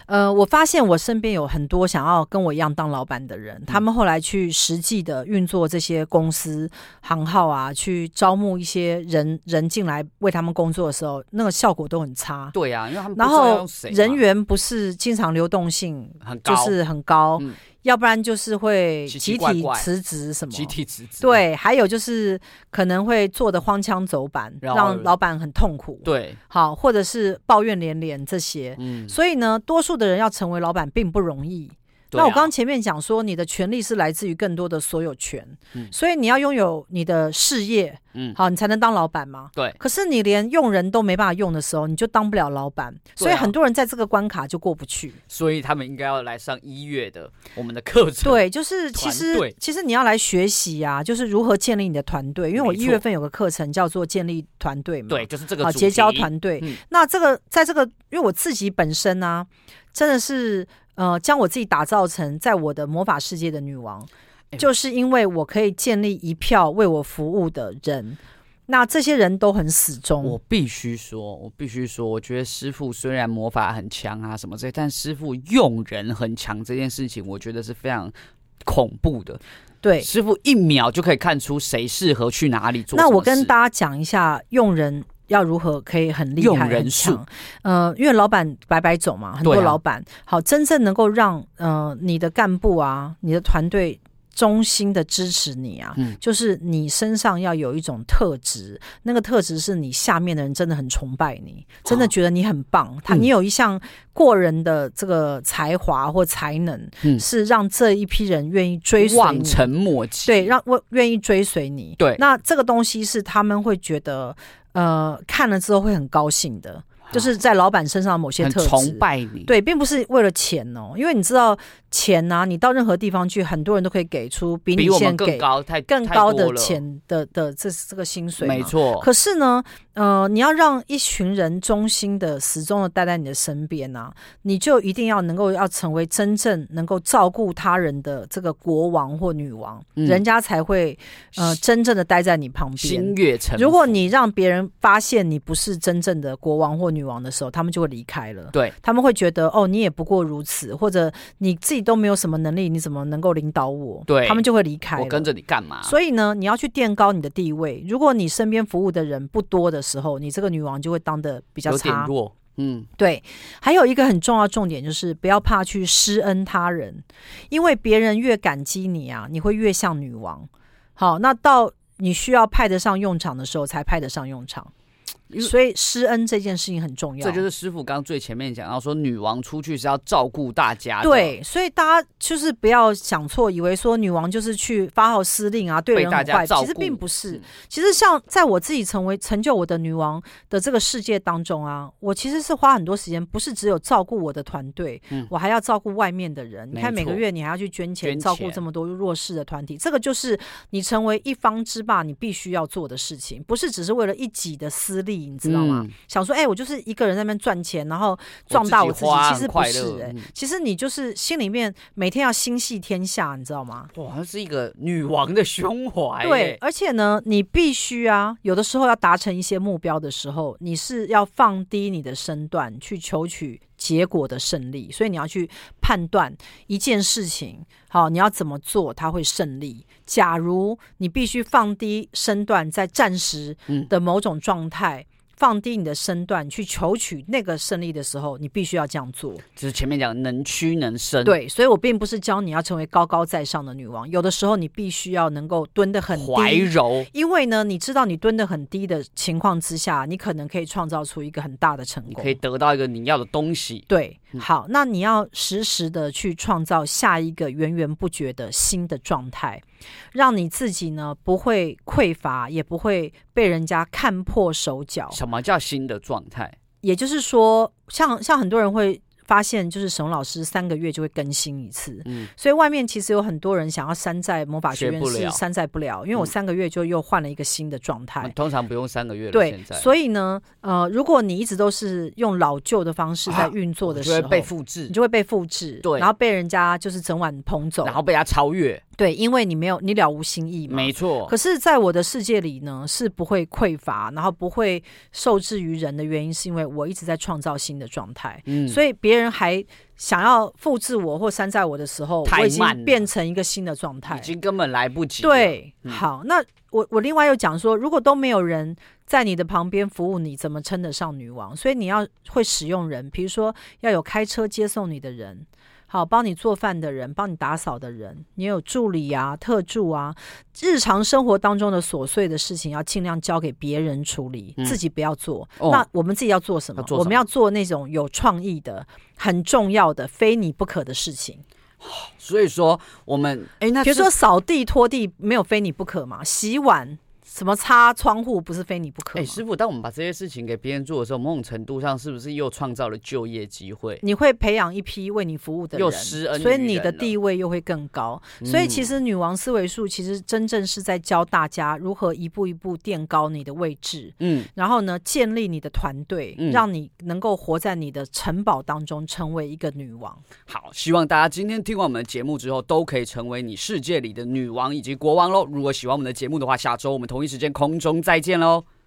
呃，我发现我身边有很多想要跟我一样当老板的人，嗯他们后来去实际的运作这些公司行号啊，去招募一些人人进来为他们工作的时候，那个效果都很差。对啊，因为他们不然知道要后用谁嘛人员不是经常流动性很高，就是很高，嗯要不然就是会奇集奇怪体怪辞职什么。集体辞职。对，还有就是可能会做的荒腔走板，然后让老板很痛苦。，对，好，或者是抱怨连连这些。嗯，所以呢，多数的人要成为老板并不容易。对那我啊刚前面讲说，你的权利是来自于更多的所有权，嗯所以你要拥有你的事业，嗯好，你才能当老板嘛。对可是你连用人都没办法用的时候，你就当不了老板，所以对啊很多人在这个关卡就过不去。所以他们应该要来上一月的我们的课程。对，就是其实团队其实你要来学习啊，就是如何建立你的团队。因为我没一错月份有个课程叫做建立团队嘛，对，就是这个好主结交题团队。嗯那这个在这个，因为我自己本身呢、真的是呃，将我自己打造成在我的魔法世界的女王，哎就是因为我可以建立一票为我服务的人。那这些人都很死我忠，必须说，我必须说，我觉得师傅虽然魔法很强啊什么这些，但师傅用人很强这件事情，我觉得是非常恐怖的。对。师傅一秒就可以看出谁适合去哪里做什那么事。我跟大家讲一下用人。要如何可以很厉害、用人很强？呃，因为老板百百种嘛，很多对啊老板、好，真正能够让呃你的干部啊、你的团队衷心的支持你啊，嗯就是你身上要有一种特质，那个特质是你下面的人真的很崇拜你，真的哦觉得你很棒，他嗯你有一项过人的这个才华或才能，嗯是让这一批人愿意追随望你。尘莫及。对，让我愿意追随你。对那这个东西是他们会觉得，呃，看了之后会很高兴的，就是在老板身上的某些啊很特质。崇拜你。对，并不是为了钱哦，因为你知道钱呐、你到任何地方去，很多人都可以给出比你比我现们给更高，太更太高多的了钱的的这这个薪水嘛。没错，可是呢，呃，你要让一群人忠心的、始终的待在你的身边啊，你就一定要能够要成为真正能够照顾他人的这个国王或女王，嗯人家才会呃真正的待在你旁心边。悦诚服。如果你让别人发现你不是真正的国王或女王的时候，他们就会离开了。对他们会觉得哦，你也不过如此，或者你自己都没有什么能力，你怎么能够领导我？对他们就会离开了。我跟着你干嘛？所以呢，你要去垫高你的地位。如果你身边服务的人不多的时候，你这个女王就会当的比较有点差。弱，嗯，对，还有一个很重要的重点就是不要怕去施恩他人，因为别人越感激你啊，你会越像女王。好，那到你需要派得上用场的时候才派得上用场因。为所以施恩这件事情很重要，这就是师傅刚刚最前面讲到说，女王出去是要照顾大家的，对，所以大家就是不要想错，以为说女王就是去发号施令啊，对被人大很家坏，照其实顾并不是嗯。其实像在我自己成为成就我的女王的这个世界当中啊，我其实是花很多时间，不是只有照顾我的团队，嗯我还要照顾外面的人。你看没每错个月你还要去捐钱，捐照顾钱这么多弱势的团体，这个就是你成为一方之霸你必须要做的事情，不是只是为了一己的私利，你知道吗？嗯想说，哎、我就是一个人在那边赚钱，然后壮大我自己，花其实很不快是、乐哎、嗯其实你就是心里面每天要心系天下，你知道吗？哇，那是一个女王的胸怀耶。对，而且呢，你必须啊，有的时候要达成一些目标的时候，你是要放低你的身段去求取结果的胜利，所以你要去判断一件事情，好，你要怎么做它会胜利。假如你必须放低身段，在暂时嗯的某种状态。放低你的身段去求取那个胜利的时候，你必须要这样做。就是前面讲能屈能伸，，对，所以我并不是教你要成为高高在上的女王，有的时候你必须要能够蹲得很怀低。柔，因为呢，你知道你蹲得很低的情况之下，你可能可以创造出一个很大的成你功可。以嗯得到一个你要的东西。对，好，那你要时时的去创造下一个源源不绝的新的状态，让你自己呢不会匮乏，也不会被人家看破手脚。什么叫新的状态？也就是说，像像很多人会发现，就是沈老师三个月就会更新一次，嗯，所以外面其实有很多人想要山寨魔法学学院不是了嗯山寨不了，因为我三个月就又换了一个新的状态。通常不用三个月了，对现，在所以呢，呃，如果你一直都是用老旧的方式在啊运作的就时候，会被复制你，就会被复制，对然后被人家就是整晚捧走，然后被它超越，对，因为你没有你了无新意嘛。没嗯错可。是，在我的世界里呢，是不会匮乏，然后不会受制于人的原因，是因为我一直在创造新的状态，嗯所以别人还想要复制我或山寨我的时候，太我已经慢了变成一个新的状态已，经根本来不及了。对，嗯好，那我我另外又讲说，如果都没有人在你的旁边服务你，怎么称得上女王？所以你要会使用人，比如说要有开车接送你的人，好，帮你做饭的人，帮你打扫的人，你有助理啊、特助啊，日常生活当中的琐碎的事情要尽量交给别人处理，嗯自己不要做。哦那我们自己要做什么？要做我什们么要做那种有创意的、很重要的、非你不可的事情。所以说我们哎，那比如这说扫地、拖地，没有非你不可嘛？洗碗、什么擦窗户，不是非你不可哎，吗？师傅，当我们把这些事情给别人做的时候，某种程度上是不是又创造了就业机会？你会培养一批为你服务的人，又施恩于所以你人的了嗯地位又会更高。所以其实女王思维术其实真正是在教大家如何一步一步垫高你的位置，嗯，然后呢，建立你的团队，嗯让你能够活在你的城堡当中，成为一个女王。好，希望大家今天听完我们的节目之后，都可以成为你世界里的女王以及国王喽。如果喜欢我们的节目的话，下周我们同一时间空中再见喽。